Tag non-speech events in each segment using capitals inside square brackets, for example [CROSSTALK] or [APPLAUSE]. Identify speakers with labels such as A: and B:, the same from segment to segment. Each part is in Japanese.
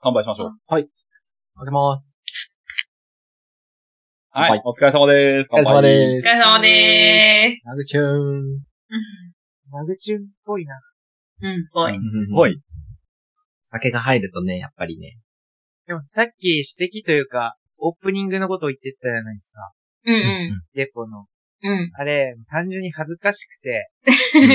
A: 乾杯しましょう。
B: はい。開けます。
A: はい。
B: 乾杯
A: お疲れ様です。
B: お疲れ様で
C: お
B: す
C: 疲。れ様でーす。
B: マグチューン。マグチューンっぽいな。
C: うん、ぽい。
A: ほい。
B: 酒が入るとね、やっぱりね。でもさっき指摘というか、オープニングのことを言ってたじゃないですか。
C: うん
A: う
C: うん
B: デポの。。
C: うん。
B: あれ、単純に恥ずかしくて、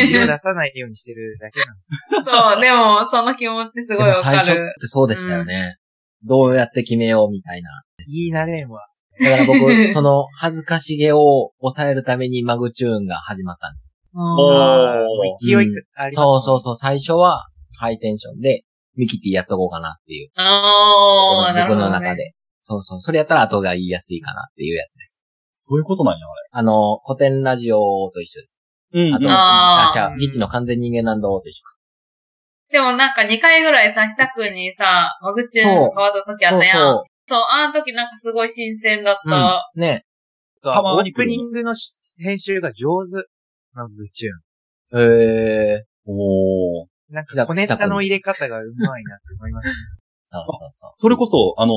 B: 色出さないようにしてるだけなんです
C: [LAUGHS]
B: よ。
C: そう、でも、その気持ちすごいわかる。
D: てそうでしたよね。どうやって決めようみたいな。
B: 言いなれんわ。
D: だから
B: [LAUGHS]
D: 僕、その恥ずかしげを抑えるためにマグチューンが始まったんです。
A: おー
B: あーもう勢いありますもんね
D: そうそうそう、最初はハイテンションで、ミキティやっとこうかなっていう。
C: おー、なる
D: 僕
C: ほ
D: の
C: ど、
D: 中
C: ね。
D: で。そうそう。それやったら後が言いやすいかなっていうやつです。
A: そういうことなんや、
D: あの、古典ラジオと一緒です。
A: あれ。
D: あと、
C: ん
D: あ
C: あー
D: じゃあ、ギッチの完全人間なんだと一緒か。
C: でもなんか2回ぐらいさ、久くんにさ、マグチューン変わった時あったやん。そう
D: そ
C: あの時なんかすごい新鮮だっ
D: う。
C: た。
D: うん。ね
A: たま
B: オ
A: に
B: ー
A: 来
B: プ
A: る
B: ニングのし編集が上手。マグチュー
D: え。えー。
A: おー。
B: ン。なんか小ネタの入れ方がうまいなって思いま
D: [LAUGHS]
B: すね。
D: そうそうそう。
A: それこそ、あの、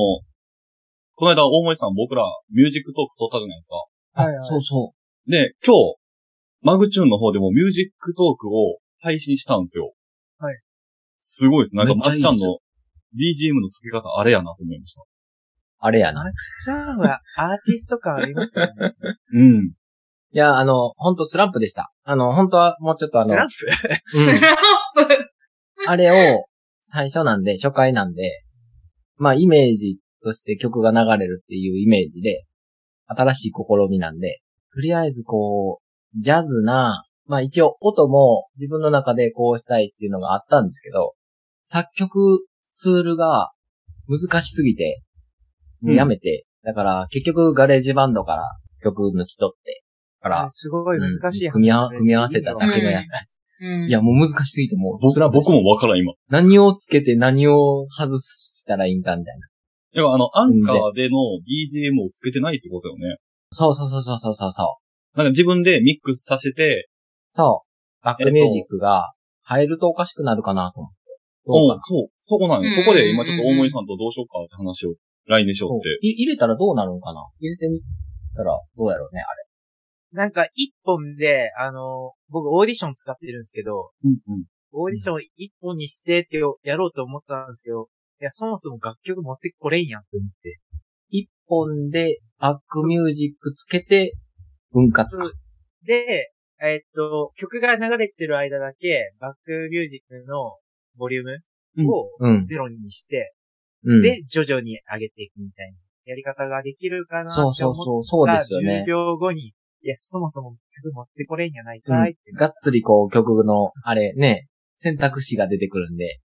A: この間、大森さん僕ら、ミュージックトーク撮ったじゃないですか。
B: はいはい
D: あそうそ
A: で、今日、マグチューンの方でもミュージックトークを配信したんですよ。
B: はい。
A: すごいです。なんか、
D: めっ
A: ま
D: ちゃ
A: っ
D: いい
A: ち
D: っす
A: ゃんの BGM の付け方、あれやなと思いました。
D: う。あれやな。
B: じゃあはアーティスト感ありますよね。
A: うん。
D: いや、あの、ほんとスランプでした。あの、本当はもうちょっ [LAUGHS] とあ
B: ス
D: の、
B: ランプ
D: うん
C: [LAUGHS] スランプ。
D: [LAUGHS] あれを最初なんで、初回なんで、まあイメージとして曲が流れるっていうイメージで、新しい試みなんで、とりあえずこう、ジャズな、まあ一応音も自分の中でこうしたいっていうのがあったんですけど、作曲ツールが難しすぎて、もうやめて、だから結局ガレージバンドから曲抜き取って、だから、
B: すごい難し
D: う
B: い話、
D: ん組み合わ組み合わせただけのやつ。
C: うん。
D: いや、もう難しすぎてもう、
A: 僕
D: スランプでした
A: 僕もわからん、今。
D: 何をつけて何を外したらいいんかみたいな。
A: 要は、あの、アンカーでの BGM を付けてないってことよね。
D: そうそうそうそうそうそうそう。
A: なんか自分でミックスさせて、
D: そう。バックミュージックが入るとおかしくなるかなと思って。どう
A: お
D: かな
A: そう、そこなんよ。
C: うん
A: そこで今ちょっと大森さんとどうしようかって話を、LINE でしよ
D: そう
A: うって。
D: い入れたらどうなるんかな入れてみたらどうやろうね、あれ。
B: なんか一本で、あの、僕オーディション使ってるんですけど、
A: うんうん。
B: オーディション一本にしてってよやろうと思ったんですけど、いや、そもそも楽曲持ってこれんやんって思って。
D: 一本でバックミュージックつけて、分割か。
B: で、えーっと、曲が流れてる間だけ、バックミュージックのボリュームを
D: うん。
B: ゼロにして、
D: うん。
B: で、徐々に上げていくみたいなやり方ができるかなって
D: そ
B: 思
D: う
B: った
D: そうそう、そうですよね
B: 10。秒後に、いや、そもそも曲持ってこれんやないかいって。
D: がっつりこう曲の、あれね、選択肢が出てくるんで、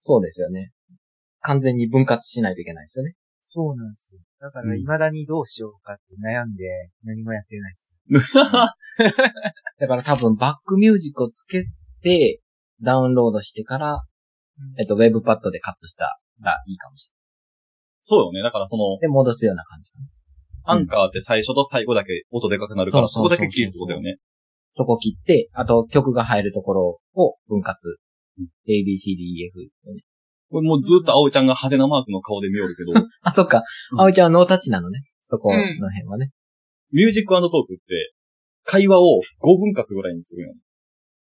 D: そうですよね。完全に分割しないといけないですよね。
B: そうなんですよ。だから、
A: うん
B: 未だにどうしようかって悩んで、何もやってないです。
D: だから多分バックミュージックをつけて、ダウンロードしてから、えっと、ウェブパッドでカットしたらいいかもし
A: [LAUGHS] そうよね。だからその、
D: れない。で、戻すような感じかな。
A: アンカーって最初と最後だけ音でかくなるから、そ
D: そう
A: こ
D: そうそ
A: だ
D: うそ
A: け
D: う
A: 切るってことよね。
D: そこ切って、あと曲が入るところを分割。A, B, C, D, E, F、ね。
A: これもうずっと葵ちゃんが派手なマークの顔で見よるけ [LAUGHS] ど、
D: あ、そっか
A: う。ん
D: 葵ちゃんはノータッチなのね。そこの辺はね。
A: ミュージックトークって、会話を5分割ぐらいにするよね。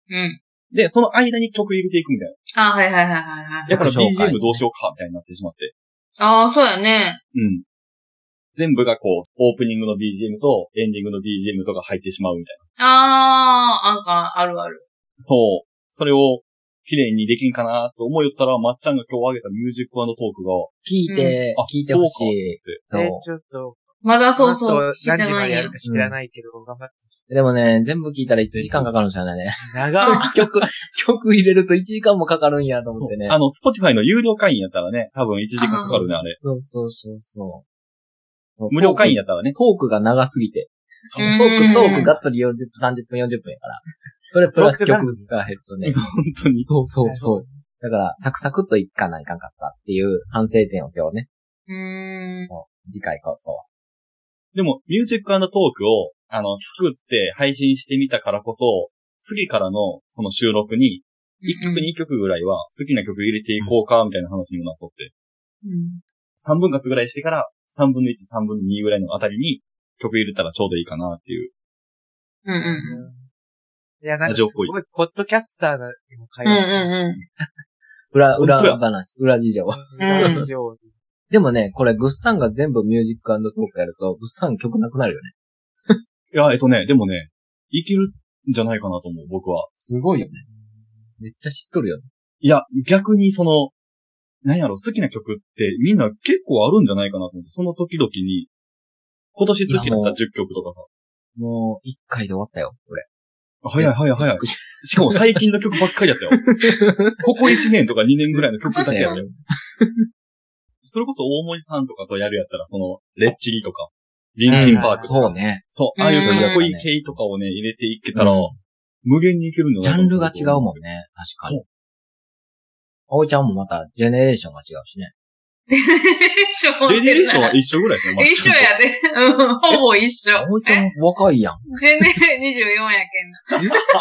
C: うん。
A: で、その間に曲入れていくみたい
C: あ、はいはいはいはいはい。
A: な。だから
D: 曲紹介
A: BGM どうしようか、みたいになってしまって。
C: ああ、そうやね。
A: うん。全部がこう、オープニングの BGM とエンディングの BGM とか入ってしまうみたいな。
C: ああ、なんかあるある。
A: そう。それを、綺麗にできんかなと思いよったら、まっちゃんが今日あげたミュージックトークが、
D: 聞いて
A: うんあ、
D: 聞いてほしい。
B: え
D: そう
B: ちょっと、
C: まだそうそう、
B: あと
C: 聞い
B: 何
C: て
B: 時ま
C: ない
B: でや
C: やん
B: る。か知らないけど、頑張って。
D: でもね、全部聞いたら1時間かかるんですよね。 [LAUGHS]
B: 長っ
D: 曲、曲入れると1時間もかかるんやと思ってね。
A: あの、Spotify の有料会員やったらね、多分1時間かかるね、あれ。
D: そうそうそうそう。
A: 無料会員やったらね。
D: トークが長すぎて。ト
C: う
D: ー
C: ん
D: ク、トークがっつり40分、30分、40分やから。それプラス
B: トーク
D: 曲が減るとね。
A: [LAUGHS] 本当に。
D: そうそうそう。だから、サクサクっといかないかんかったっていう反省点を今日ね、
C: うーん。
D: 次回こそ。
A: でも、ミュージックトークを、あの、作って配信してみたからこそ、次からの、その収録に、1曲2曲ぐらいは好きな曲入れていこうか、みたいな話にもなっとって。
C: うん。
A: 3分割ぐらいしてから、3分の1、3分の2ぐらいのあたりに曲入れたらちょうどいいかなっていう。
C: うんうん。
B: いや、な
A: ラ
B: んか
A: ジ
B: す
A: オっぽ
B: ご
A: い
B: い、ポッドキャスターの会
C: うん
B: 話してます
C: う
D: 裏、
A: 本当や
D: 裏話、裏事情。
C: んうん [LAUGHS]
B: ラジオ
D: でもね、これ、グッサンが全部ミュージックトークやると、グッサン曲なくなるよね。
A: いや、えっとね、でもね、いけるんじゃないかなと思う、僕は。
D: すごいよね。めっちゃ知っとるよね。
A: いや、逆にその、なんやろ、好きな曲ってみんな結構あるんじゃないかなと思って、その時々に、今年好きだった10曲とかさ、
D: もう、一回で終わったよ、これ。
A: 早い早い早い。しかも最近の曲ばっかりやったよ。
D: [LAUGHS]
A: ここ1年とか2年ぐらいの曲だけやったよ。それこそ大森さんとかとやるやったら、その、レッチリとか、リンキンパークとか、
D: そうね。
A: そう、ああいうかっこいい
D: うん
A: 系とかをね、入れていけたら、
D: うん
A: 無限にいけるん
D: ジ
A: じゃ
D: ャ
A: ない
D: ン
A: か
D: ル
A: な
D: が違うもんね。確かに。葵ちゃんもまた、ジェネレーションが違うしね。
C: レディレーション
A: レディレーションは一緒ぐらいですね、まっち
C: 一緒
A: ゃんと
C: やで。うん、ほぼ一緒。
D: 葵ちゃん若いやん。
C: ジェネ24や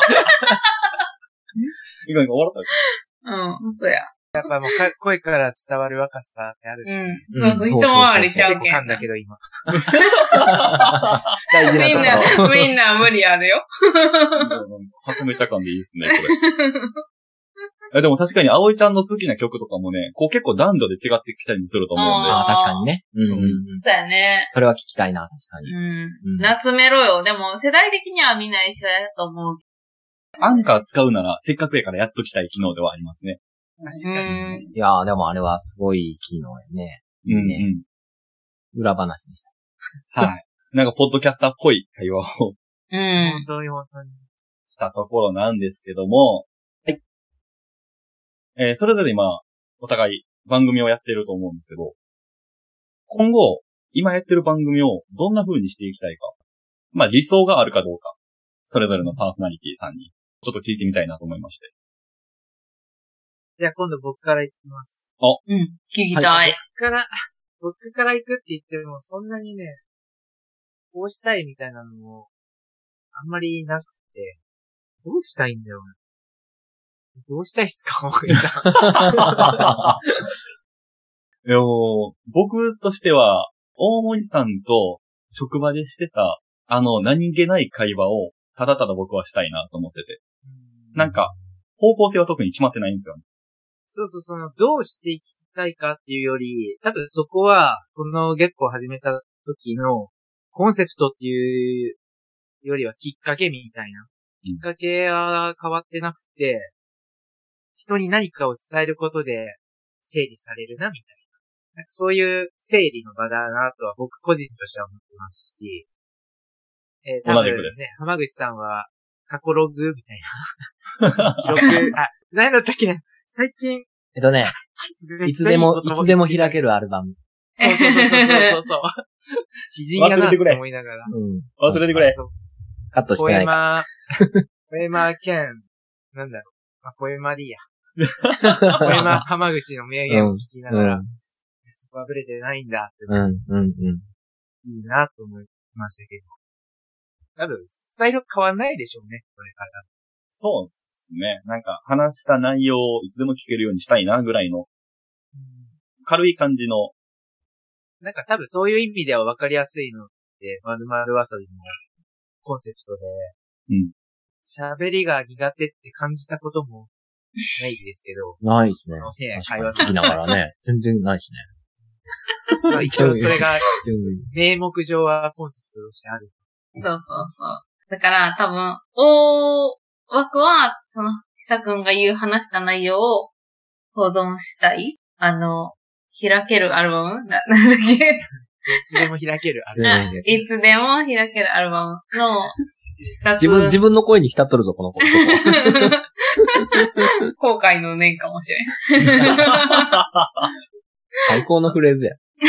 A: いかんいかん笑った
C: けん。うん、嘘や。
B: やっぱもうか、声から伝わる若さってある。
C: う
D: うん
C: ん。そうそう、一回りちゃ
B: 結
C: う
B: 構
C: けん。
B: 噛んだけど、今。
D: 大事な
C: [LAUGHS] みん
D: とこ
C: な、みんな無理あるよ。
A: はちゃめちゃ感でいいですね、これ。えでも確かに、葵ちゃんの好きな曲とかもね、こう結構男女で違ってきたりもすると思うん
D: ろ。
A: で。
D: ああ、確かにね。うんうんうん。
C: そうやね。
D: それは聞きたいな、確かに。
C: う
D: うんん
C: 夏メロよ。でも、世代的にはみんな一緒やと思う。
A: アンカー使うなら、せっかくやからやっときたい機能ではありますね。
B: 確
C: う
B: かに。
C: ん。
D: いやー、でもあれはすごい機能やね。いい
A: うんう
D: ね。
A: ん。
D: 裏話でした。
A: はい。なんか、ポッドキャスターっぽい会話を
C: うん。
B: 本当に本当に。
A: したところなんですけども。
D: はい。
A: えーそれぞれ今、お互い番組をやってると思うんですけど、今後、今やってる番組をどんな風にしていきたいか。まあ、理想があるかどうか。それぞれのパーソナリティさんに、ちょっと聞いてみたいなと思いまして。 [LAUGHS]
B: じゃあ今度僕から行きます。
C: うん。聞きたい。
B: 僕から、僕から行くって言っても、そんなにね、こうしたいみたいなのも、あんまりなくて、どうしたいんだよ。俺どうしたいっすか、お前さん。
A: えー僕としては、大森さんと職場でしてた、あの、何気ない会話を、ただただ僕はしたいなと思ってて。なんか、方向性は特に決まってないんですよね。
B: そうそう、その、どうしていきたいかっていうより、多分そこは、この月歩を始めた時の、コンセプトっていうよりはきっかけみたいな。
A: うん
B: きっかけは変わってなくて、人に何かを伝えることで整理されるな、みたいな。なんかそういう整理の場だなとは僕個人としては思ってますし、えー、多
A: 同じ
B: 分
A: くです
B: ね、浜口さんは過去ログみたいな記録、あ、何だったっけな最近、
D: えっ
B: [LAUGHS]
D: とね、いつでも、いつでも開けるアルバム。
B: そうそうそうそうそうそう。詩人やなって思いながら。
D: うん。
A: 忘れてくれ。
D: カットし
B: ポ
D: てな
B: エ
D: いか
B: マー、ポエマー兼、なんだろう。まあ、ポエマーでいいや。ポエマー浜口の名言を聞きながら、
D: ら。
B: そこはブレてないんだって、
D: うん、うん、うん。
B: いいなと思いましたけど。多分、スタイル変わんないでしょうね、これから。
A: そうですね。なんか、話した内容をいつでも聞けるようにしたいな、ぐらいの、軽い感じの、
B: なんか多分そういう意味では分かりやすいのって、まるまるわさびのコンセプトで、
A: うん
B: 喋りが苦手って感じたこともないですけ
D: [LAUGHS]
B: ど、
D: ないですね
B: あのね。
D: 確
B: 会話
D: かに聞きながら [LAUGHS] ね。全然ないしね。
B: まあ一応それ。が
D: 全然
B: 名目上はコンセプトとしてある。
C: そうそうそう。だから、多分、大枠は、その、久くんが言う話した内容を保存したい。あの、開けるアルバムな、なんだっけ
B: いつでも開ける。あ
D: 全然い
B: れ
D: いです
C: いつでも開けるアルバムの、二つ
D: 自分、自分の声に浸っとるぞ、この子。
C: [LAUGHS] 後悔の念かもしれん。
D: 最高のフレーズや。
C: [LAUGHS]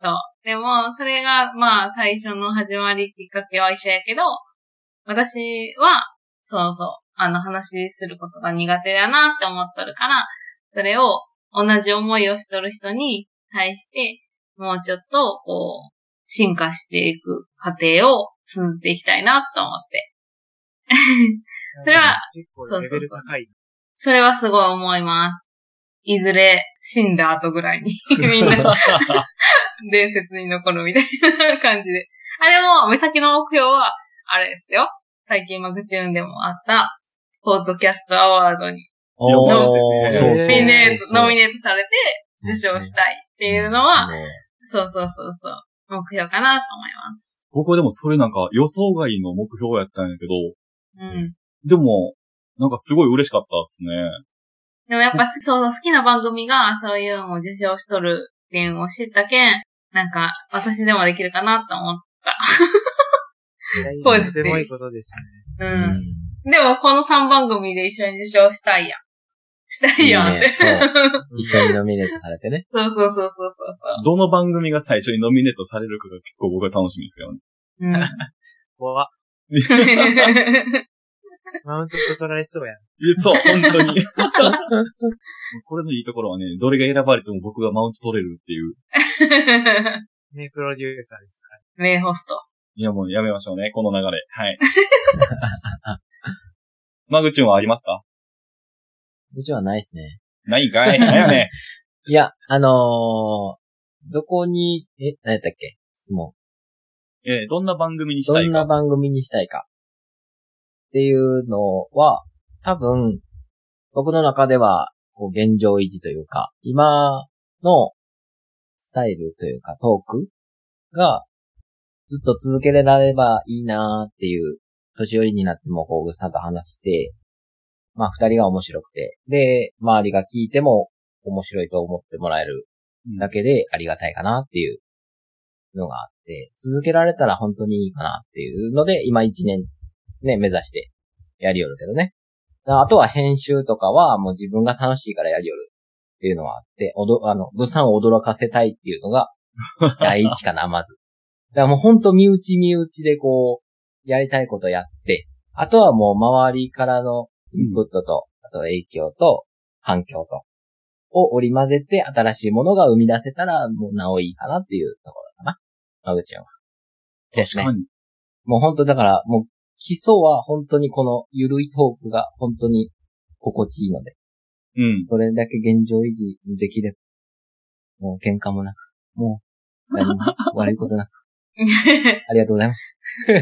C: そう。でも、それが、まあ、最初の始まりきっかけは一緒やけど、私は、そうそう、あの、話することが苦手だなって思っとるから、それを同じ思いをしとる人に対して、もうちょっと、こう、進化していく過程を続けていきたいなと思って。それは、
B: 結構レベル高い。
C: それはすごい思います。いずれ死んだ後ぐら
D: [LAUGHS]
C: いに、みんな伝説に残るみたいな感じで。あ、でも、目先の目標は、あれですよ。最近マグチューンでもあった、ポッドキャストアワードに
D: お
A: 呼ば
C: せ
A: てね
D: そうそうそ
B: えー
D: う
C: ノミネー
D: そ
C: ト、
D: う
C: ノミネートされて受賞したいっていうのは、
D: うん
C: そうそうそうそう、目標かなと思います。
A: 僕はでもそれなんか予想外の目標やったんやけど、
C: うん。
A: でも、なんかすごい嬉しかったっすね。
C: でもやっぱ、そうそう、好きな番組がそういうのを受賞しとるっていうのを知ったけん、なんか、私でもできるかなと思っ
B: いやいい
C: そうです
B: と
C: ね
B: てもいいことです
C: て。
B: ね。
C: う
D: うん
C: ん。でも、この3番組で一緒に受賞したいやん。したいやんって。
D: いいねそう一緒にノミネートされてね。
C: そうそうそうそうそうそ
A: どの番組が最初にノミネートされるかが結構僕は楽しみですけどね。
C: う。うん。
B: 怖っマウント取られそうやん。
A: えそう、本当 [LAUGHS] に。これのいいところはね、どれが選ばれても僕がマウント取れるっていう。
B: ね、プロデューサーですから。
C: 名ホスト。
A: いやもうやめましょうね、この流れ。はい。 [LAUGHS] マグチュンはありますか
D: うちはないですね。
A: ないんかい。なんやね。
D: いや、あのー、どこに、え、何やったっけ質問。 [LAUGHS]
A: えーどんな番組にした
D: ど
A: い
D: ん
A: か。
D: な番組にしたいか。っていうのは、多分、僕の中では、こう、現状維持というか、今のスタイルというか、トークが、ずっと続けられればいいなーっていう、年寄りになっても、こう、ぐっさんと話して、まあ、二人が面白くて、で、周りが聞いても面白いと思ってもらえるだけでありがたいかなっていうのがあって、続けられたら本当にいいかなっていうので、今一年ね、目指してやりよるけどね。あとは編集とかはもう自分が楽しいからやりよるっていうのはあって、おど、あの、物産を驚かせたいっていうのが第一かな、まず。だからもう本当身内身内でこう、やりたいことやって、あとはもう周りからのインプットと、あと影響と反響と、を織り混ぜて新しいものが生み出せたら、もうなおいいかなっていうところかな。まぐちゃんは。ですね
A: 確か。に。
D: もう本当だから、もう基礎は本当にこのゆるいトークが本当に心地いいので、
A: うん。
D: それだけ現状維持できれば、もう喧嘩もなく、もう何も悪いことなく、 [LAUGHS] ありがとうございます。
A: [LAUGHS]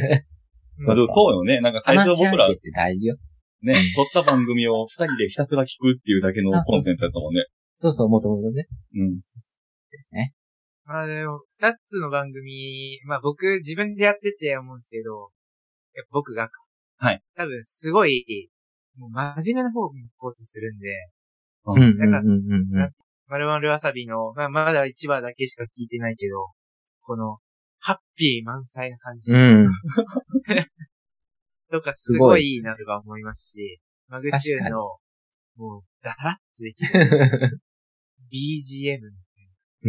A: まあでもそうよね。なんか最初は
D: 話し合
A: 僕ら
D: いって大事よ。
A: [LAUGHS] ね、撮った番組を二人でひたすら聞くっていうだけの
D: あ
A: コンテンツだったもんね。
D: そうそう、もともとね。
A: うん。
D: ですね。
B: まあでも、二つの番組、まあ僕自分でやってて思うんですけど、いや僕が。
A: はい。
B: 多分すごい、もう真面目な方に行こうとするんで、
A: うん
D: うん
B: だ
D: うん
B: から、
D: うんうん
B: なまるまるわさびの、まあまだ一話だけしか聞いてないけど、この、ハッピー満載な感じ
D: うん。うん。
B: [LAUGHS] とかす
D: す
B: ご
D: ごい
B: いいいなとか思いますし、マグチューンの、もう、だらっとできる
D: [LAUGHS]
B: BGM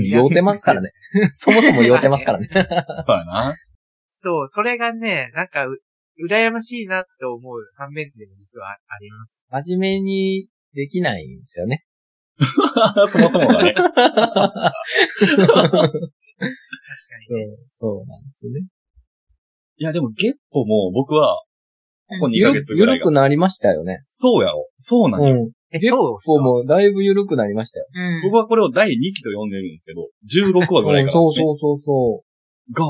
D: 酔うてますから
A: [LAUGHS]
D: ね。そもそも酔うてますからね。
A: そうやな。
B: そう、それがね、なんかう、羨ましいなって思う反面でも実はああります。
D: 真面目にできないんですよね。
A: [LAUGHS] そもそもがね。
B: 確か
D: そ
B: にね。
D: う、そうなんですよね。
A: いや、でも月歩も僕は、ここ2
D: ゆ
A: ヶ
D: る
A: 月ぐ
D: ゆ
A: らい
D: る
A: が
D: く。なりましたよね。
A: そうやろ。そうなんよ。
D: うん。
B: え、
D: 結
B: そう
D: 構もうだいぶ緩くなりましたよ。
C: うん
A: 僕はこれを第2期と呼んでるんですけど、16話ぐらいからですね。
D: そうそうそうそ
A: が、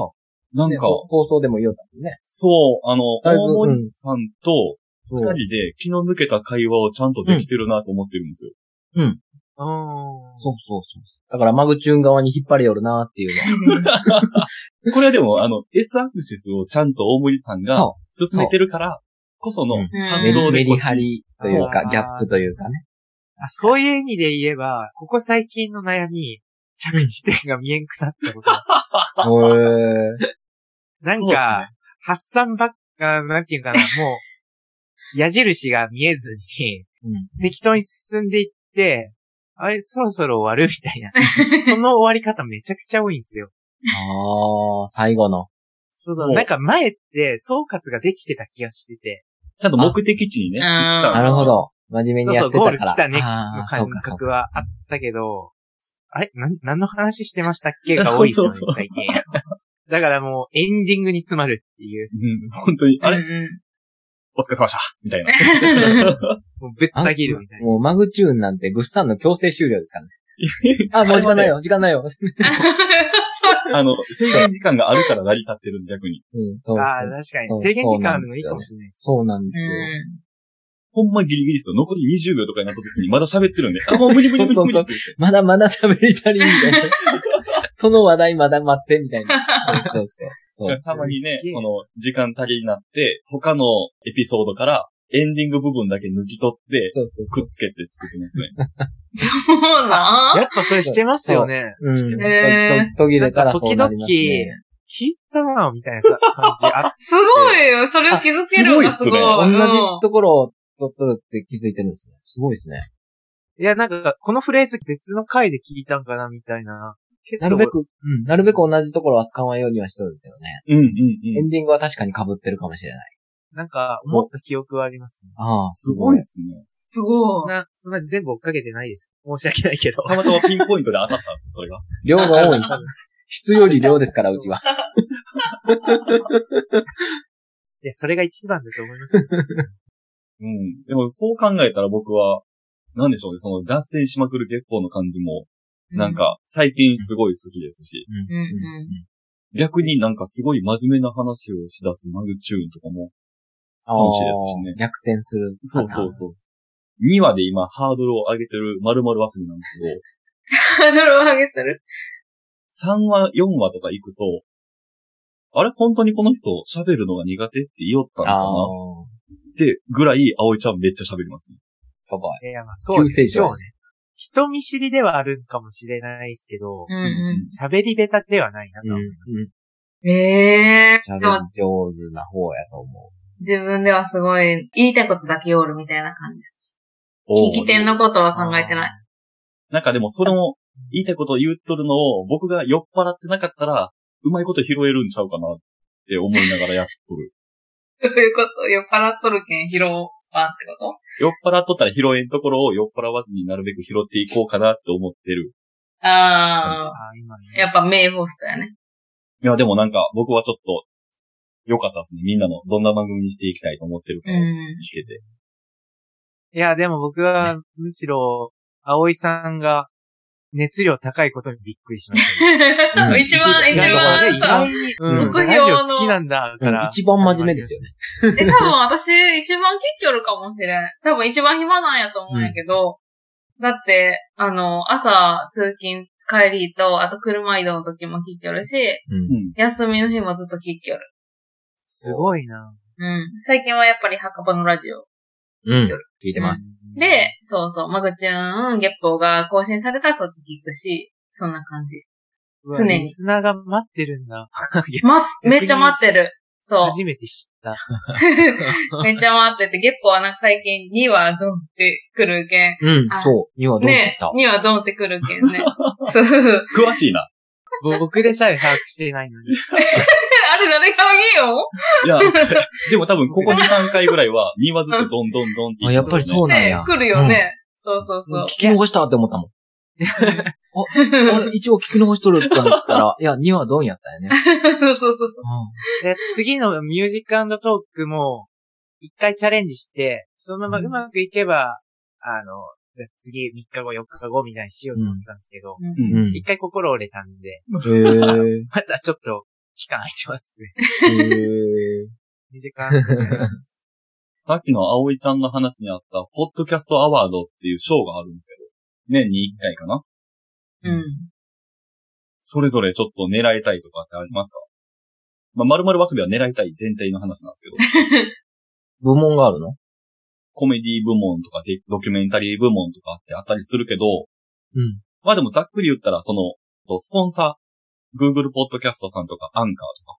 A: な
D: う。
A: ん
D: ね
A: か、
D: ほ放送でも言おうだもんね。
A: そう、あの、
D: だいぶ
A: 大森さんと
D: そ
A: 二
D: う。
A: 人で気の抜けた会話をちゃんとできてるなと思ってるんですよ。
B: う
D: そうそうそう。だからマグチューン側に引っ張り寄るなっていうのは。
A: これはでも、あの、S アクシスをちゃんと大森さんが
D: そ
A: 進めてるから、こその
D: うん
A: 反
D: う。メ
A: 動
D: リ
A: で
D: メ
A: こっ
D: リ
A: ち
D: ハリという
B: そ
D: か、
B: う
D: ギャップというかね。
B: あそういう意味で言えば、ここ最近の悩み、着地点が見えんくなったこと。
D: へー
B: なん
A: そうっす
B: か、発散ばっか、なんていうかな、もう、矢印が見えずに、
D: うん。
B: 適当に進んでいって、あれ、そろそろ終わるみたいな。この終わり方めちゃくちゃ多いんですよ。
D: ああ、最後の。
B: そうそ
A: お
B: う。なんか前って総括ができてた気がしてて、
A: ちゃんと目的地にね、行
C: あ
A: ったんです
D: な
A: よ
D: るほど。真面目にやってたから。
B: そうそうゴール来たね
D: あー
B: の
D: そ
B: 感
D: うかそう
B: 覚
D: か。
B: はあったけど、あれなん、何の話してましたっ
D: [LAUGHS]
B: けが多いですよね
A: そうそう、
B: 最近。 [LAUGHS] だからもうエンディングに詰まるっていう。
A: うん、本当に。あれ
C: うん
A: お疲れ様でしたみたいな。
B: もうぶった切るみたいな。
D: もうマグチューンなんてぐっさんの強制終了ですからね。あ、もう時間ないよ、時間ないよ。
A: あの、制限時間があるから成り立ってるんで、逆に。
D: [LAUGHS] うん、そうそう
B: ああ、確か
D: そ
B: に。
D: う
B: 制限時間あるのいいかもしれないです。
D: そうなんですよ。
C: う
A: ほんまギリギリですよ。残り20秒とかになった時にまだ喋ってるんで、あ、もう無理無理無理無理って言って。
D: [LAUGHS] まだまだ喋り足りんみたいな。その話題まだ待ってみたいな。そうそうそう。そ
A: [LAUGHS]
D: う
A: たまにね
B: すっげ、え
A: その、時間足りになって、他のエピソードからエンディング部分だけ抜き取って、
D: そうそう
A: く
D: そ
A: っ
D: う。
A: つけて作ってますね。
C: んそうなん
B: やっぱそれしてますよね。
D: うん。
C: へー
D: とと途切れたらそうなりますね。
B: 聞いたなぁみたいな感じ。あ、
C: すごいよ。それを気づけるのがすごい。
A: あ
D: 同じところを取っとるって気づいてるんですね。すごいですね。
B: [LAUGHS] いや、なんか、このフレーズ別の回で聞いたんかなみたいな。結構
D: なるべく、うん、なるべく同じところは使わんようにはしとるんですけどね。
A: [LAUGHS] うんうん
D: エ
A: うん。
D: ンディングは確かに被ってるかもしれない。
B: なんか、思った記憶はありますね。
D: ああ。
A: すごいですね。
C: すごい。
B: な、そんなに全部追っかけてないです。申し訳ないけど。
A: たまたまピンポイントで当たったんですよ、それが。
D: 量が多いです。質より量ですから、うちは。
B: いや、それが一番だと思います。
A: [LAUGHS] うん。でもそう考えたら僕は、なんでしょうね、その脱線しまくる月光の感じも、なん。か最近すごい好きですし、
D: うん
C: うんうん
A: 逆になんかすごい真面目な話をしだすマグチューンとかも、楽しいですしね
D: ああ逆転する。
A: そうそうそう。2話で今ハードルを上げてる丸々忘れなんです
C: ハードルを上げてる。
A: けど、3話、4話とか行くと、あれ本当にこの人喋るのが苦手って言おったのか
D: ああ
A: な。ってぐらい、葵ちゃんめっちゃ喋りますね。
D: やばい。
B: いや、まあ、そうでしょ
D: 急成長
B: うね。人見知りではあるんかもしれないですけど
C: う、んう
B: 喋り下手ではないなと
D: う
B: 思
D: ん
B: いま。す。
C: ん。ええ
D: 喋
C: ー。
D: り
C: でも
D: 上手な方やと思
C: 自分ではすごい、言いたいことだけおるみたいな感じです。
A: おー
C: 聞き手のことは考えてない。
A: なんかでもそれも言いたいことを言っとるのを僕が酔っ払ってなかったら、うまいこと拾えるんちゃうかなって思いながらやっとる。 [LAUGHS]
C: どういうこと酔っ払っとるけん、疲労感ってこ
A: 酔っ払っとったら拾えんところを酔っ払わずになるべく拾っていこうかなって思ってる。
C: とあ
B: あー今ね
C: あ。やっぱ名ホストやね。
A: いやでもなんか僕はちょっと良かったですね。みんなのどんな番組にしていきたいと思ってるか
C: う
A: を
C: ん。
A: 聞けて。
B: いや、でも僕は、むしろ、葵さんが、熱量高いことにびっくりしま
C: [LAUGHS]
B: したね。
D: うん
C: 一番、
D: 一
C: 一
D: 番
B: なんか
C: 番
B: 意
C: さ、
B: 外に、
D: う
B: うんん、ラジオ好きなんだ
D: う。う
B: か
D: ん
B: ら。
D: 一番真面目ですよね。
C: え、多分私、一番結局るかもしれん。多分一番暇なんやと思うんやけど、だって、あの、朝、通勤、帰りと、あと車移動の時も聞きよるし、
D: う。
A: うんん。
C: 休みの日もずっと聞きよる。
B: すごいな。
C: うん。最近はやっぱり墓場のラジオ。
D: うん。聞いてます。
B: うん。
C: で、そうそう、マグチューン、月報が更新されたらそっち聞くし、そんな感じ。
B: うわ
C: 常に
B: リスナーが待ってるんだ。
C: ま、めっちゃ待ってる。そう。
B: 初めて知った。
C: めっちゃ待ってて、月報はなんか最近2話ドンってくるけん。
D: うん
C: あ。
D: そう。今どうで
C: ね
D: きた、
C: 2話ドンってくるけん [LAUGHS] ね。そうそうそう。
A: 詳しいな。
B: 僕でさえ把握してないのに。
C: あれ誰がいいよ
A: いや、でも多分ここ2、3回ぐらいは2話ずつどんどんどんって。
D: あ、やっぱりそううなん
C: ね
D: や。
C: 来るよね。そうそう
D: うん。
C: そう
D: 聞。き
C: [LAUGHS]
D: 逃したって思ったもん。あれ、一応聞き逃しとるって思った
C: [LAUGHS]
D: ら、いや、2はどんやったよね。
C: そうそうそう。
B: で、次のミュージックトークも、一回チャレンジして、そのままうまくいけば、あの、じゃあ次3日後、4日後みたいにしようと思ったんですけど、
A: う。
D: うんん。
B: 一回心折れたんで、
D: うん。へえ。
B: またちょっと期間空いてます
C: [LAUGHS]
B: ね。
D: へえ。
B: 2時間かかります。
A: さっきの葵ちゃんの話にあった、ポッドキャストアワードっていう賞があるんですよ。年に1回かな
C: うん。 [LAUGHS]
A: それぞれちょっと狙いたいとかってありますかまあ、まるまるわすびは狙いたい全体の話なんです
D: [LAUGHS]
A: けど、
D: 部門があるの
A: コメディ部門とかデドキュメンタリー部門とかってあったりするけど、
D: うん。
A: まあでもざっくり言ったら、その、とスポンサー、Google ポッドキャストさんとか、アンカーとか、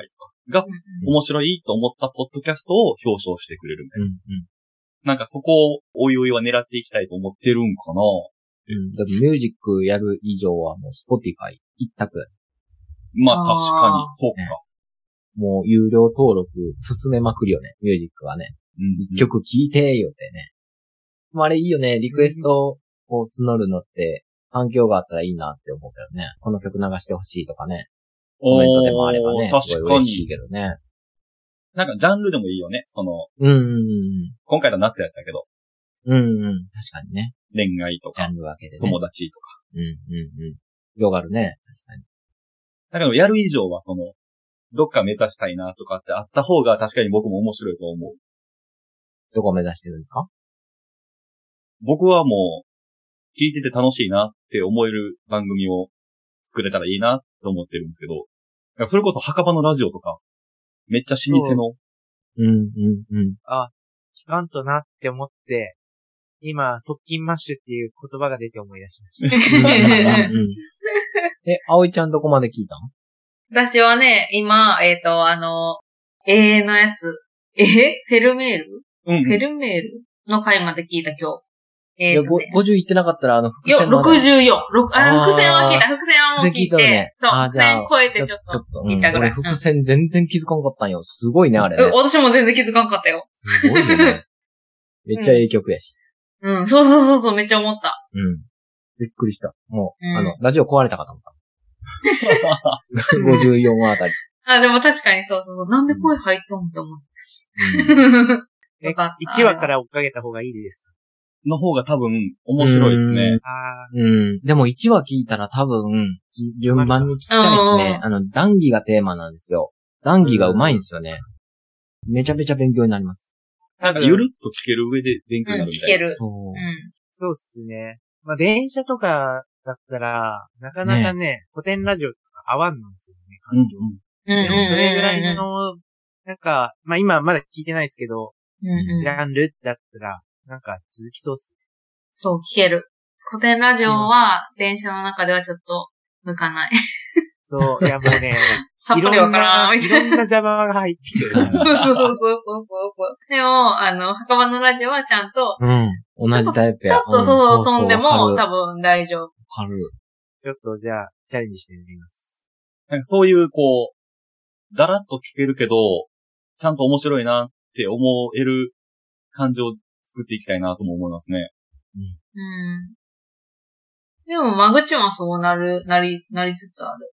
A: Spotify とかが、面白いと思ったポッドキャストを表彰してくれるみたい
D: うん。うん。
A: な。なんかそこを、おいおいは狙っていきたいと思ってるんかな
D: うん。だってミュージックやる以上はもう Spotify 一択。
A: まあ
C: あー
A: 確かに、そうか。
D: もう有料登録進めまくるよね。ミュージックはね。
A: うん
D: 一曲聴いてよってね。まあ、あれいいよね。リクエストを募るのって、反響があったらいいなって思うけどね。この曲流してほしいとかね。コメントでもあればね。
A: おー
D: す
A: 確
D: ごい
A: か
D: 嬉しい
A: に。
D: けどね。
A: なんかジャンルでもいいよね。その、
D: うんうん
A: 今回の夏やったけど、
D: うん。うんうん。確かにね。
A: 恋愛と
D: ジャ
A: か、
D: ンル分けでね。
A: 友達とか。
D: うんうんうん。広がるね。確かに。
A: だけど、やる以上はその、どっか目指したいなとかってあった方が確かに僕も面白いと思う。
D: どこ目指してるんですか
A: 僕はもう、聞いてて楽しいなって思える番組を作れたらいいなと思ってるんですけど、いやそれこそ墓場のラジオとか、めっちゃ老舗の、
D: うんうん
C: [LAUGHS]
D: うん。
B: 聞かんとなって思って、今、特勤マッシュっていう言葉が出て思い出し
C: [LAUGHS]
B: ました。
D: え、葵ちゃんどこまで聞いたん
C: 私はね、今、えっ、と、あの、永遠のやつ。えフェルメール
A: うん、 [LAUGHS]
C: フェルメールの回まで聞いた今日。
D: い
C: え
D: や、
C: っ、と、
D: ご
C: ね。
D: 50行ってなかったら、あの、伏
C: よ、
D: 線まだ。
C: 64。ろく
D: あ
C: あ
D: ー
C: 伏線は聞いた。伏線はもう聞い
D: 伏線聞いとる
C: て
D: ね。
C: そう、
D: あー
C: 伏
D: じゃあ
C: 線超えてちょっ
D: ちょ
C: と。
D: っと、うん、
C: 行ったぐら
D: 俺
C: い
D: 伏線全然気づかんかったんよ。すごいね、あれ
C: う
D: ね。
C: 私も全然気づかんかったよ。
D: すごい [LAUGHS] よね。めっちゃええ曲やし。
C: うん、そうそうそう、そうめっちゃ思った。
D: うん。びっくりした。もう、
C: うん
D: あの、ラジオ壊れたかと思 [LAUGHS] った。54あたり。
C: あ、でも確かにそうそうそう。なんで声入っとんと思っ
D: うん
C: て。
B: え
C: よかった
B: 1話から追っかけた方がいいです
A: の方が多分面白いですね。
B: かあ
D: うん。でも1話聞いたら多分、じ順番に聞きたいですね。あの、談義がテーマなんですよ。談義がうまいんですよね。めちゃめちゃ勉強になります。
A: なんかゆるっと聞ける上で勉強に
C: う、
A: なんるみ
C: 聞
A: たいな。
C: ける。
D: そうう。
C: ん。
B: そうっすね。まあ、電車とかだったら、なかなかね、古典ラジオとか合わんのですよね、環境。
C: うんうん
B: で
C: うんうんう
B: も
C: ん。
B: それぐらいの、なんか、まあ今まだ聞いてないですけど、
C: うんうん
B: ジャンルだったら、なんか続きそうっす
C: そう、聞ける。古典ラジオは、電車の中ではちょっと、向かない。
B: ね。そう、いやもうね、
C: さっ
B: い
C: ぱ
B: ろ
C: りわ
B: ん
C: から
B: な、
C: ん、み
B: い
C: た
B: ろ
C: いな。
B: んな邪魔が入ってきてる。
C: [LAUGHS] そうそうそうそうそうそう。でも、あの、墓場のラジオはちゃんと、
D: うん。同じタイプ
C: ちょ
D: や
C: っ。とそううん飛んでも
D: わか
C: 多
D: る
C: 分大丈夫。
D: わかる。
B: ちょっとじゃあ、チャレンジしてみます。
A: なんかそういう、こう、だらっと聞けるけど、ちゃんと面白いなって思える感情を作っていきたいなとも思いますね。
C: うん。でも、間口はそうなる、なり、なりつつある。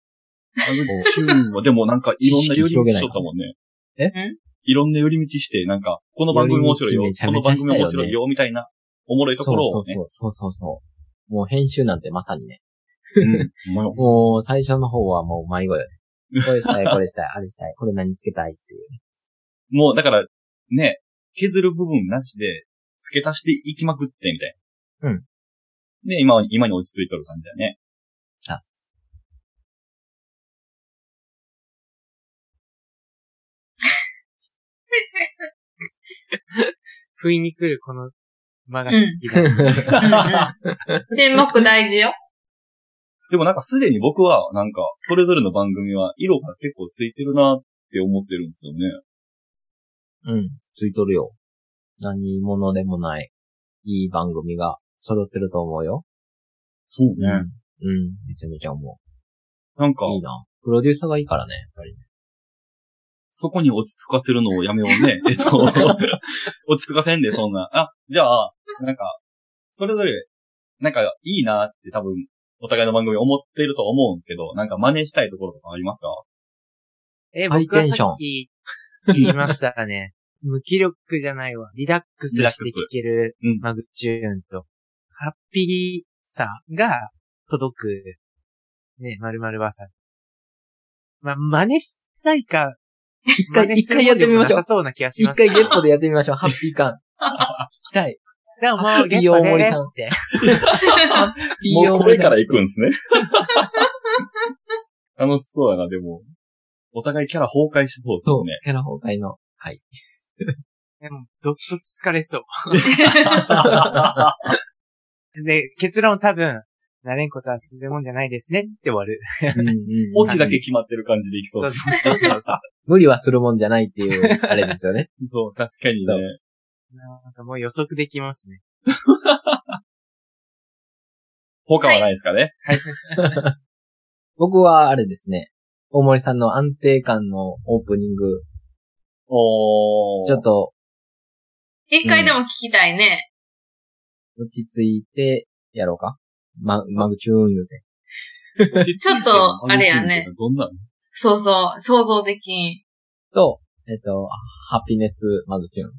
A: でもなんかいろんな寄り道しとったもんね。
D: え
C: ん
A: いろんな寄り道して、なんか、この番組面白いよ
D: 寄り道、
A: こ
D: め
A: の
D: ちゃ
A: 番
D: めちゃした
A: 組
D: よね
A: 面白いよ、みたいな、おもろいと
D: そ
A: こ
D: う
A: ろ
D: そ
A: を
D: う
A: ね。
D: そう、そうそうそう。もう編集なんてまさにね。
A: うん [LAUGHS] ほんまよ
D: もう最初の方はもう迷子よね。これしたい、これしたい、あれしたい、これ何つけたいっていう。
A: もうだから、ね、削る部分なしで、付け足していきまくって、みたいな。
D: うん。
A: で、今は、今に落ち着いとる感じだよね。
B: 不意に来るこの間が好きだ。
C: うんうん。沈黙大事よ。
A: でもなんかすでに僕は、なんか、それぞれの番組は色が結構ついてるなって思ってるんですけどね。
D: うん。ついとるよ。何者でもない、いい番組が揃ってると思うよ。
A: そう
D: うん。うん。めちゃめちゃ思
A: なんか
D: う。、いいな。プロデューサーがいいからね、やっぱり。
A: そこに落ち着かせるのをやめようね。えっと、 [LAUGHS] 落ち着かせんで、そんな。あ、じゃあ、なんか、それぞれ、なんか、いいなって多分、お互いの番組思ってると思うんですけど、なんか真似したいところとかありますか
B: [LAUGHS] え、
D: ハイ
B: 僕は
D: テンション
B: さっき言いましたね。 [LAUGHS] 無気力じゃないわ。リラックスして聴ける
A: リラックスうん
B: マグチューンと、ハッピーさが届く、ね、まるまるばさん。まあ、真似したいか、
D: 一回、
B: 真似
D: 一
B: する
D: 回やってみましょ
B: もんでもな
D: う
B: さ。そうな気がし
D: 一
B: ますけ
D: 回
B: ど。
D: ゲットでやってみましょう。ハッピー感。聞きた [LAUGHS] い。
B: [LAUGHS] でももうゲ
D: ハッピ
B: ッ
D: ー
B: ト
D: 大森
B: で
D: さ
B: す
D: ん
B: って。
A: もう声から行
D: 行
A: くんですね。 [LAUGHS] 楽しそうやな、でも。お互いキャラ崩壊しそうです
D: そ
A: よ
D: う
A: ね。、
D: キャラ崩壊の回。
B: でも、どっと疲れそう。
A: [LAUGHS]
B: で、結論多分、なれんことはするもんじゃないですねって終わる。
D: うんうんうん
A: 落ちだけ決まってる感じでいきそうです。
B: そうそうそう。
D: 無理はするもんじゃないっていう、あれですよね。 [LAUGHS]
A: そう、確かにね
D: そう。
B: [LAUGHS] なんかもう予測できますね。
A: 他はないですかね。
D: 僕はあれですね。大森さんの安定感のオープニング、
A: おー。
D: ちょっと
C: 一回でも聞きたいね。
D: 落ち着いてやろうか。ま、マグチューン言うて。
A: と
C: ちょっとあれやね。
A: どんなの
C: そうそう、想像できん。
D: と、えっと、ハピネスマグチューン。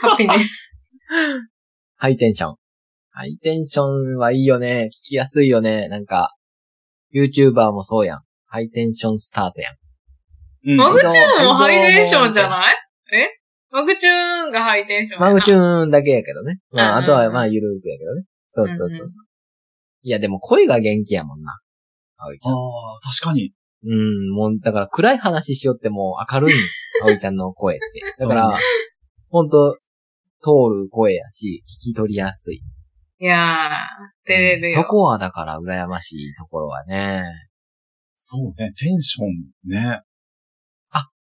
C: ハッピーです。
D: ハイテンション。ハイテンションはいいよね。聞きやすいよね。なんか、YouTuber もそうやん。ハイテンションスタートやん。
A: うん。
C: マグ
D: 僕
C: チューンもハイテンションじゃないえマグチューンがハイテンションや
D: マ
C: な。
D: グチ
C: ュ
D: ューンだけやけどね。まあ、
C: うん
D: あとはまあ、ゆるくやけどね。そうそうそうそう。いや、でも声が元気やもんな。葵ち
A: あ
D: ゃん。
A: あ、確かに。
D: うん、もう、だから暗い話しよっても明
C: [LAUGHS]
D: るい、葵ちゃんの声って。
A: う
D: だか
A: ん
D: ら、ほんと、通る声やし、聞き取りやすい。
C: ン。いやー、照れるよ。
D: そこはだから羨ましいところはね。
A: そうね、テンションね。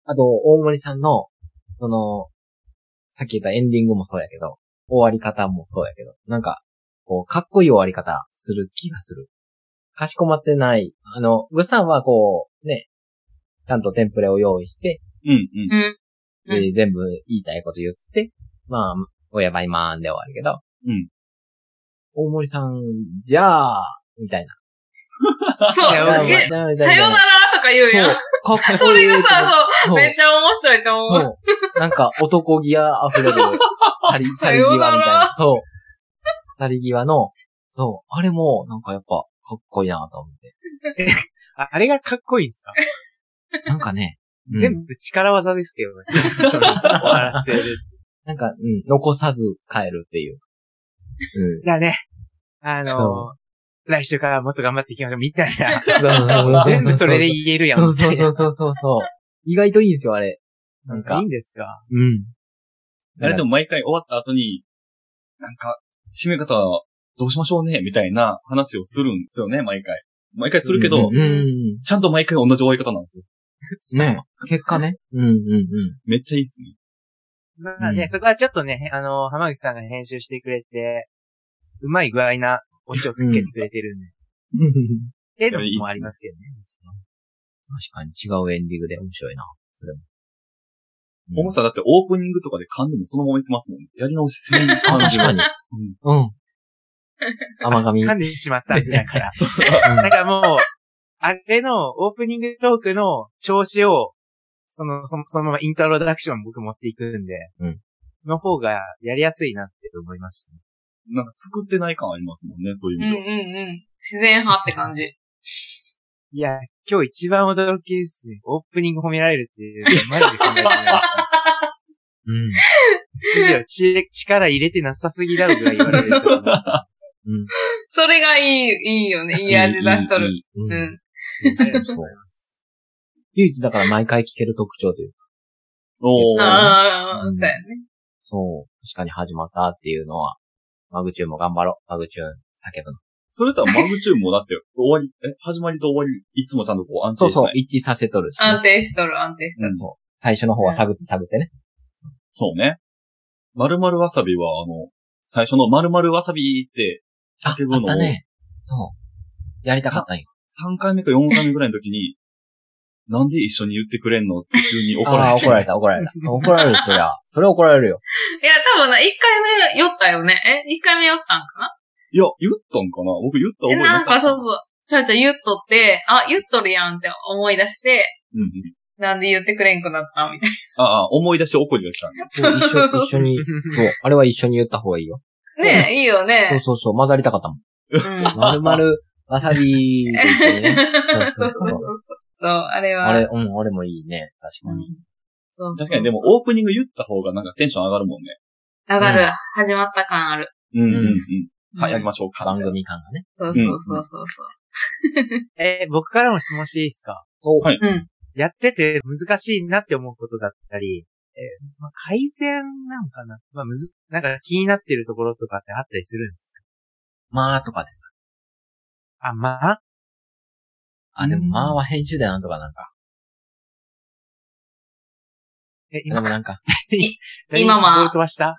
D: あと、大森さんの、その、さっき言ったエンディングもそうやけど、終わり方もそうやけど、なんか、こう、かっこいい終わり方する気がする。かしこまってない。あの、グッさんはこう、ね、ちゃんとテンプレを用意して、
A: うん、うん。
C: うん。
D: で全部言いたいこと言って、まあ、おやばいまーんで終わるけど、
A: うん。
D: 大森さん、じゃあ、みたいな。
C: そう、
B: いやまあ
C: し
B: まあ
C: さよならとか言うやん。
D: そうかっ
C: そ
D: こいい
C: れ
D: と思っ
C: がさ、
D: て
C: そう、めっちゃ面白いと思う。
D: そう。なんか、男気あ溢れる、さり、さり際みた
C: さ
D: い
C: ような
D: な
C: ら。
D: そう。さり際の、そう。あれも、なんかやっぱ、かっこいいなと思って。
B: ああれがかっこいいんすか
D: なんかね、うん
B: 全部力技です
D: [LAUGHS]
B: けどね。終わらせる。
D: なんか、うん、残さず帰るっていう。うん。
B: じゃあね、あの
D: う
B: ー、来週からもっと頑張っていきましょう、みたいな。
D: そう
B: 全部それで
D: い。
B: 言えるやん。
D: そうそうそううそうそうそう。意外といいんですよ、あれ。なんか
B: いいんですか
D: うん。
A: あれで
D: も、
A: も毎回終わった後に、なんか、締め方はどうしましょうね、みたいな話をするんですよね、毎回。毎回するけど、
D: うんうんうん。
A: ちゃんと毎回同じ終わり方なんですよ。
D: ね結果ね。うんうんうん。
A: めっちゃいいですね。
B: まあ
D: う
B: ね、
D: ん
B: そこはちょっとね、あのー、浜口さんが編集してくれて、うまい具合なオチをつけてくれてるんで。っていうのもありますけどね。
D: 確かに違うエンディングで面白いな。それも。
A: 重さだってオープニングとかで噛んでもそのままいってますもん。やり直しせん感
D: 確
A: じが。
D: かに。うん。甘噛み。
B: 噛んでしまった、みたい
D: [LAUGHS]
B: なから。
D: うん
B: だからもう、あれのオープニングトークの調子を、その、そのそのままイントロダクション僕持っていくんで、
D: うん
B: の方がやりやすいなって思いました、ね。
A: なんか作ってない感ありますもんね、そういう
C: うん
A: 意
C: うん
A: 味では。
C: うん。自然派って感じ。
B: いや、今日一番驚きですね。オープニング褒められるっていう、マジで考えてない。
D: うん。
B: むしろ知力入れてなさすぎだろぐらい言われてるから
D: うん。
C: それがいい、いいよね。いい味出しとる。
D: いい。いうい
C: ん。
D: うん。そうそうそう唯一だから毎回聞ける特徴というか、
A: お
C: あ
A: ー
C: あああ、ああ
D: うん
C: そうやね。
D: そう、確かに始まったっていうのは、マグチューンも頑張ろう。マグチューン、叫ぶの。
A: それとはマグチューンもだって、終わり、え、始まりと終わり、いつもちゃんとこう安定
D: そう
A: して
D: そ
A: な
D: う、
A: い。
D: 一致させとるしね、
C: 安定しとる、安定しとる。
D: そう。最初の方は探って探ってね。
A: そうね。〇〇わさびは、あの、最初の〇〇わさびって
D: あ、
A: 叫ぶの
D: あっ
A: を
D: たね。そう。やりたかったんよ。
A: 3回目か4回目ぐらいの時に、なんで一緒に言ってくれんのって急に怒
D: あ
A: ら
D: あ、
A: れて。
D: 怒られた、怒られた。怒られる、そりゃ。それは怒られるよ。
C: いや、多分な、一回目酔ったよね。え一回目酔ったんかない
A: や、言ったんかな僕言った覚
C: え
A: え
C: な
A: なんか
C: か
A: った。
C: そうそう。ちょいちょい言っとって、あ、言っとるやんって思い出して、
A: うんうん。
C: なんで言ってくれんくなったみたい
A: ああ、思い出して怒りが来たんだ。
D: そう一緒、一緒に、
B: う
D: そう、あれは一緒に言った方がいいよ。
C: な。ねえ、いいよ
D: そ
C: ね
D: う。そうそう、混ざりたかったもん。
C: うん
D: まるまる、わさびと一緒にね。そうそうそう
C: そう。そう、あれは。
D: あれ、うん、俺もいいね。確
C: う
D: か
C: ん
D: に。
C: そう
A: 確かにでもオープニング言った方がなんかテンション上がるもんね。
C: 上がる、
D: うん
C: 始まった感ある。
A: うんうんう。
D: うん
A: さあやりましょうか。
D: 番組感がね。
C: そうそうそうそうそう。
B: えー僕からも質問していいですか
D: お [LAUGHS]
A: はい
C: うん
B: やってて難しいなって思うことだったり、えーまあ、改善なんかなまあ、むず、なんか気になってるところとかってあったりするんです
D: まあとかです
B: かあ、まあ、
D: か。あ、でも
B: うん
D: まあは編集でなんとかなんか。
B: え、
D: でも
B: 今、
D: なんか、
C: 今まあ
B: ボール飛ばした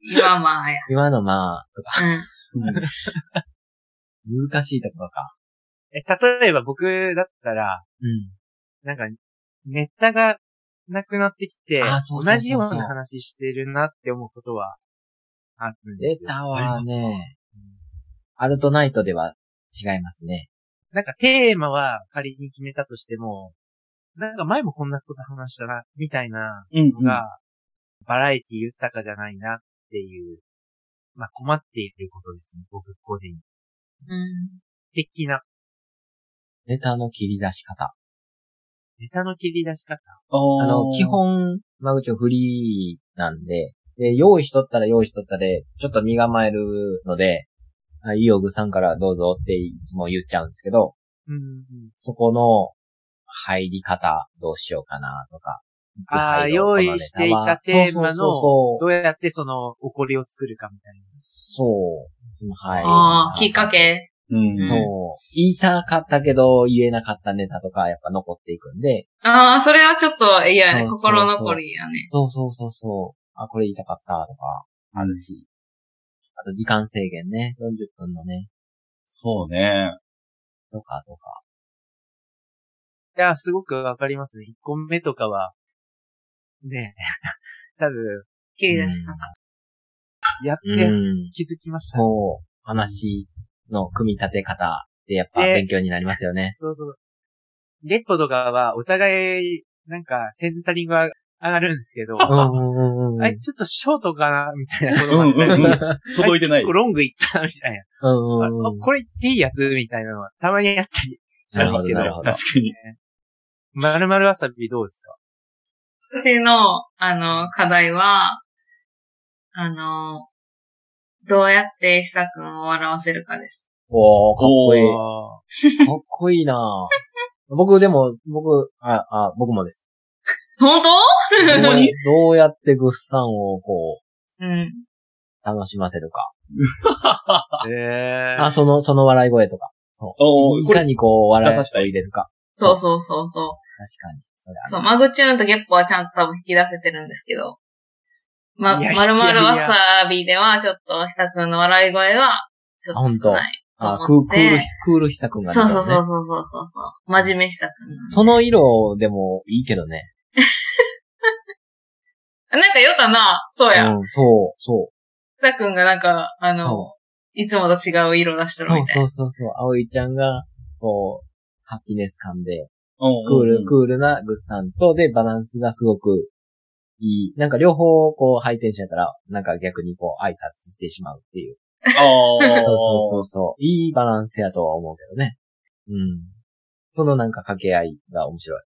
C: 今まあや。
D: 今のまあとか、
C: うん。
D: 難しいところか。
B: え、例えば僕だったら、
D: うん。
B: なんか、ネタがなくなってきて、
D: あそうそうそうそう
B: 同じような話してるなって思うことは、あるんで
D: 出
B: すよ。
D: た
A: あ
D: わ
A: りますか
D: ね。アルトナイトでは違いますね。
B: なんかテーマは仮に決めたとしても、なんか前もこんなこと話したな、みたいな
A: うん、
B: のが、バラエティ豊かじゃないなっていう、まあ困っていることですね、僕個人
C: うん。
B: 的な
D: ネタの切り出し方。
B: ネタの切り出し方。
D: あの、基。本、間口をフリーなんで、で、用意しとったら用意しとったで、ちょっと身構えるので、あイオグさんからどうぞっていつも言っちゃうんですけど、
B: うん。
D: そこの入り方どうしようかなとか。いつ
B: あー
D: 入ろう
B: 用意していたテーマの
D: そう
B: どうやってその、怒りを作るかみたいな。
D: そうそうそうそう。その、はい。
C: ああ、きっか。け。
A: うん。
D: そう。言いたかったけど言えなかったネタとかやっぱ残っていくんで、
C: ああ、それはちょっと嫌やね。
D: そうそうそう
C: 心残りやね。
D: そうそうそうそう。あ、これ言いたかったとか、あるし。あと時間制限ね。40分のね。
A: そうね。
D: とかとか。
B: いや、すごくわかりますね。1個目とかは、ねえ、 [LAUGHS] 多分、
C: 切り出し方。
B: やっ
D: う
B: て
D: ん。
B: 気づきましたね、
D: そう。話の組み立て方ってやっぱ
B: で
D: 勉強になりますよね。
B: そうそう。ゲッポとかは、お互い、なんか、センタリングは上がるんですけど、
D: うんうんうんうん。
B: あれ、ちょっとショートかなみたいなこ
A: う
B: と
A: ん
B: もあっ
A: う
B: た
A: ん
B: り [LAUGHS]
A: うん。届いてな
B: あ
A: い
B: 結構。ロングいったなみたい
D: うんう
B: な。あ
D: んうん。
B: これ言っていいやつみたいなのは、たまにやったりし
D: な
B: ま
D: るほ
B: す
D: ど、
B: けど
D: な、るほど
A: 確。かに。
B: まるまるわさびどうですか
C: 私の、あの、課題は、あの、どうやって石田くんを笑わせるかです。
D: おー、かっこいい。
B: あ
D: かっこいいなぁ。僕でも、僕、あ、あ、僕もです。
C: 本当
D: ど
A: ほんまに
D: うやってグッサンをこ
C: [LAUGHS] うん。
D: う、楽しませるか。
B: ーえー
D: あ、その、その笑い声とか。
A: おー
D: い
A: こ
D: か
A: れ、
D: にこう、笑いを
A: 出したい
D: 入れるか。
C: そうそうそうそ
D: 確かに。それ
C: う。
D: あ
C: そう、マグチューンとゲッポはちゃんと多分引き出せてるんですけど、ま、
B: いや
C: まるまる
B: いや
C: わ
B: いや
C: さびではちょっと石田くんの笑い声は、ちょっと少ない。
D: あ、ク
C: と思
D: ー
C: っ
D: ク
C: て
D: ールひ、クールひさくんが出
C: そ
D: た
C: うそ
D: の
C: うそうそう
D: ね。
C: そうそうそう。真面目したくん。
D: その色でもいいけどね。
C: あなんか言ったな、そうや。
D: うん、そう、そ
C: したくんがなんか、あ
D: う。
C: の
D: そ、
C: いつもと違う色出して
D: う、
C: るみたい
D: そう
C: な。
D: そうそうそう。葵ちゃんが、こう、ハピネス感で、ク
A: ク
D: ール、クールなグッサンと、で、バランスがすごくいい。なんか両方、こう、ハイテンションやったら、なんか逆にこう、挨拶してしまうっていう。
A: ああ。
D: そうそうそうそう。いいバランスやとは思うけどね。うん。そのなんか掛け合いが面白い。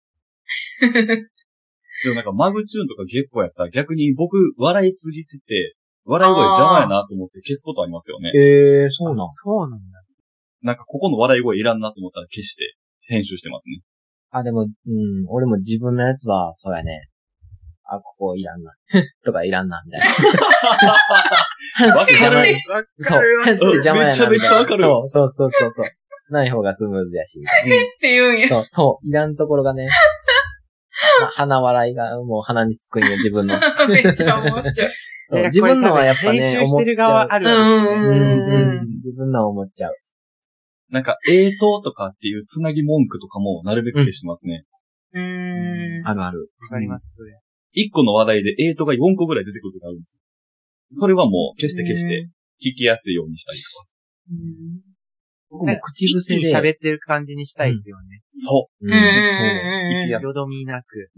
A: でもなんか、マグチューンとかゲッポやったら逆に僕、笑いすぎてて、笑い声邪魔やなと思って消すことありますよね。
D: ええそうなん
B: そうなんだ。
A: なんか、ここの笑い声いらんなと思ったら消して、編集してます
D: [LAUGHS]
A: ね。
D: あ、でも、うん、俺も自分のやつは、そうやね。あ、ここいらんな。 [LAUGHS] とかいらんな、みたいな。
A: わけじゃない。
D: え
B: わかる
D: そう。
B: わ
D: それ邪魔やな。みたいな
A: めちゃめちゃわかる
D: そうそうそうそうそう。ない方がスムーズやし、みたい
C: って言うんや。
D: な。そう、 [LAUGHS] そう、いらんところ
C: [LAUGHS]
D: がね。な鼻笑いが、もう鼻につくんよ、自分
C: [LAUGHS]
D: の。
C: めっちゃ面白い。
D: [LAUGHS] そう
B: いや
D: 自分のはやっぱね、
B: これ多分編集してる
D: 思っ
B: 側
D: ちゃう
B: あるんですよね。
D: うん
C: うん
D: うん。自分のは思っちゃう。
A: なんか、えーととかっていうつなぎ文句とかもなるべく消してますね。
C: うーん。
D: あるある。
B: わかります、それ。
A: 一個の話題でえーとが4個ぐらい出てくる時あるんですよ。それはもう消して消して、聞きやすいようにしたりとか。
C: うん。
D: 僕も口癖で。
B: 一気に喋ってる感じにしたいですよね。
A: そ
D: うん
C: うんうん
D: そう
C: うんうん
A: いきやす
B: よどみなく。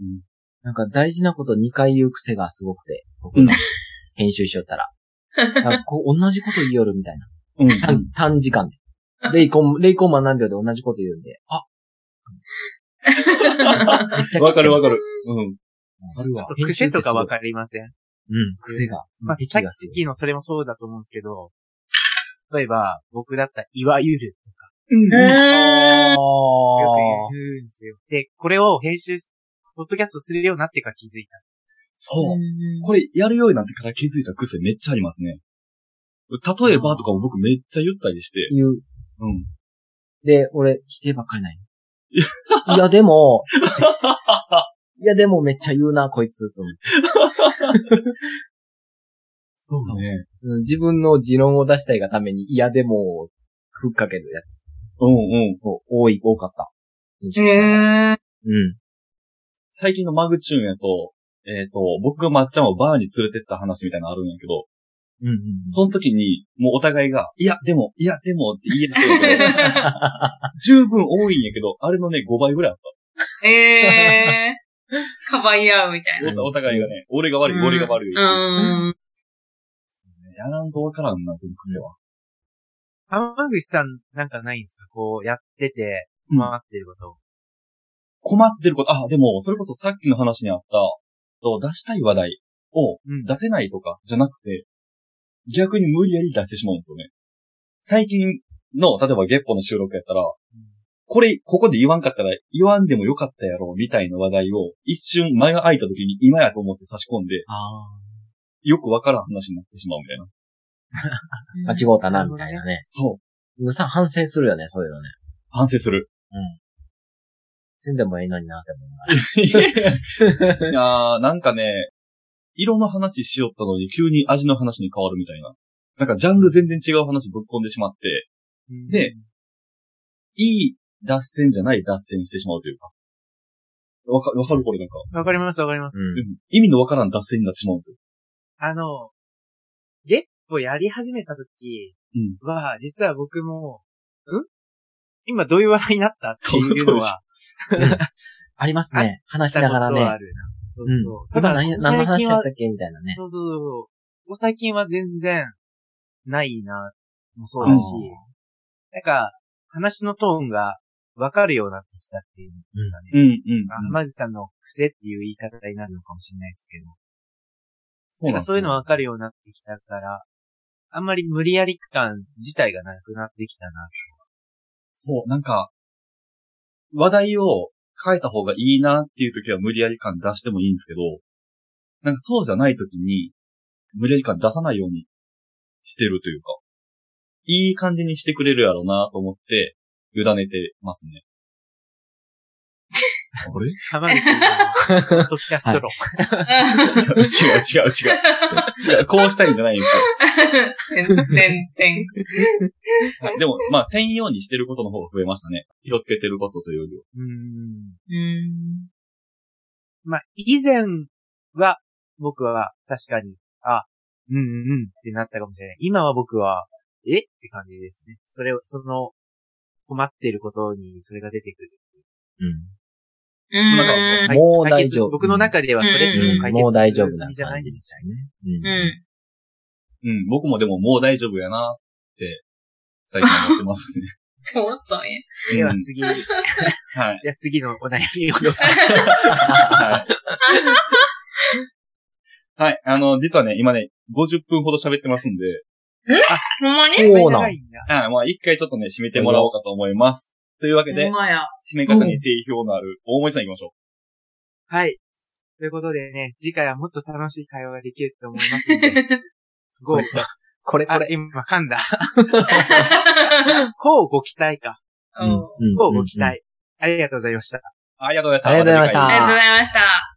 D: なんか大事なこと2回言う癖がすごくて、僕の編集しよ
C: [LAUGHS]
D: ったら。なんかこう同じこと言いよるみたいな。
A: う。うん。
D: 短短時間で。0コン、0コンマ何秒で同じこと言うんで、あ
C: [LAUGHS]
D: めっちゃ聞いて
A: わかるわかる。うん。
D: ある
B: ちょ
D: わ
B: っと。癖とかわ
D: る。
B: かりません。
D: うん、癖が。
B: まあ、さ
D: 癖
B: っ
D: がすごい
B: きのそれもそうだと思うんですけど、例えば、僕だったら、いわゆるとか、
A: うん
C: うーん
D: あ
B: よ
D: ー
B: く言うんですよ。で、これを編集、ポッドキャストするようになってから気づいた。
A: そうう。
C: ん
A: これやるようになってから気づいた癖めっちゃありますね。例えばとかも僕めっちゃ言ったりして。
D: 言う。
A: うん。
D: で、俺、否定ばっかり
B: [LAUGHS]
D: ない。いや、でも、いや、でもめっちゃ言うな、こいつ、と思って
A: そうね。
D: うん自分の持論を出したいがために、いや、でも、ふっかけるやつ。
A: うんうん。
D: お多い、多かった。編集したの
C: へー
D: うん。
A: 最近のマグチューンやと、えっ、と、僕がまっちゃんをバーに連れてった話みたいなのあるんやけど、
D: うんうん。
A: その時に、もうお互いが、いや、でも、いや、でもって言えなけど、十分多いんやけど、あれのね、5倍ぐらいあっ
C: ええー。かばい合うみたいな。
A: おお互いがね、俺が悪い、俺が悪い。
C: うん。うん。
A: やらんとわからんな、この癖は。
B: 浜口さんなんかないんですかこうやってて、
A: うん
B: 回ってること。
A: 困ってること、あ、でも、それこそさっきの話にあった、と出したい話題を
B: うん
A: 出せないとかじゃなくて、逆に無理やり出してしまうんですよね。最近の、例えば月歩の収録やったら、これ、ここで言わんかったら言わんでもよかったやろ、みたいな話題を一瞬間が空いた時に今やと思って差し込んで、
D: あ
A: よくわからん話になってしまうみたいな。
D: あ。間違うたな、みたいなね。
A: そう。
D: うさ、反省するよね、そういうのね。
A: 反省する。
D: せんでもいいのにな、でも。
A: いやー、なんかね、色の話しよったのに急に味の話に変わるみたいな。なんかジャンル全然違う話ぶっ込んでしまって、でいい脱線じゃない脱線してしまうというか。わか、わかるこれなんか、
B: うん。わかります、わかります。
D: うん
A: うん意味のわからん脱線になってしまうんですよ。
B: あの、ゲッポやり始めた時
A: うん
B: は、実は僕も、ん今どういう話題になったっていうのは、 [LAUGHS]
D: ありますね。話し
B: した
D: な
B: こ
D: がら
B: とはあ
D: ね。
B: るな。そう
D: うん
B: そう。。た
D: 今
B: だ、
D: 何
B: 最
D: 何の話
B: 近
D: や
B: は
D: ったっけみたいなね。
B: そうそうそう。ここ最近は全然、ないな、もそうだし、なんか、話のトーンが分かるようになってきたっていうんですかね。
A: うん、うん。
B: まあ浜口さんの癖っていう言い方になるのかもしれないですけど。
A: そ
B: なんかそういうの
A: は。
B: 分かるようになってきたから、あんまり無理やり感自体がなくなってき
D: [LAUGHS]
B: たな。
A: そう、なんか、話題を変えた方がいいなっていう時は無理やり感出してもいいんですけど、なんかそうじゃない時に、無理やり感出さないようにしてるというか、いい感じにしてくれるやろうなと思って、委ねてますね。あれ
B: 浜口のポッドキャストロ。
A: いや [LAUGHS] 違う違う違う。いや、こうしたいんじゃないんですよ。
C: 全然。
A: はいでも、まあ、専用にしてることの方が増えましたね。気をつけてることというよりは。
B: うーん。
C: うん。
B: まあ、以前は、僕は確かに、あ、うんうんうんってなったかもしれない。今は僕は、えって感じですね。それを、その、困ってることにそれが出てくる。
D: うん。
C: うん。
A: なん
B: はい
D: もう
B: 解
D: 大
B: 決
D: 丈夫。
B: 僕の中ではそれっていう
D: う
B: 解
D: ん、
B: 決
D: もう大丈夫
B: する
D: な
B: じゃな
D: 感
B: い
D: じ
B: み
D: で
B: たい
D: し
B: な
D: たね。うん。
C: うん。
A: うん、僕もでももう大丈夫やなって、最近思ってますね。
C: そうそうね。
A: うん
B: では次、で
A: はい。
B: は次のお悩みをどうぞ。
A: はい。はい。あの、実はね、今ね、50分ほど喋ってますんで、
C: ほんまに
D: そうなん
B: 長いんだ
A: はい。まあ、一回ちょっとね、締めてもらおうかと思います。というわけ
C: ほ
A: で
C: ん、まや。
A: 締め方に定評のある大森さん行きましょ
B: はい。ということでね、次回はもっと楽しい会話ができると思いま
D: [LAUGHS]
B: すので、ご、
D: これ
B: あ
D: これ。
B: 今噛んだ。こうご期待か。
C: うん [LAUGHS]
B: こうご期待。ありがとうございました。
A: う。ありがとうございました。
D: ありがとうございました
A: 次回
C: ありがとうございました。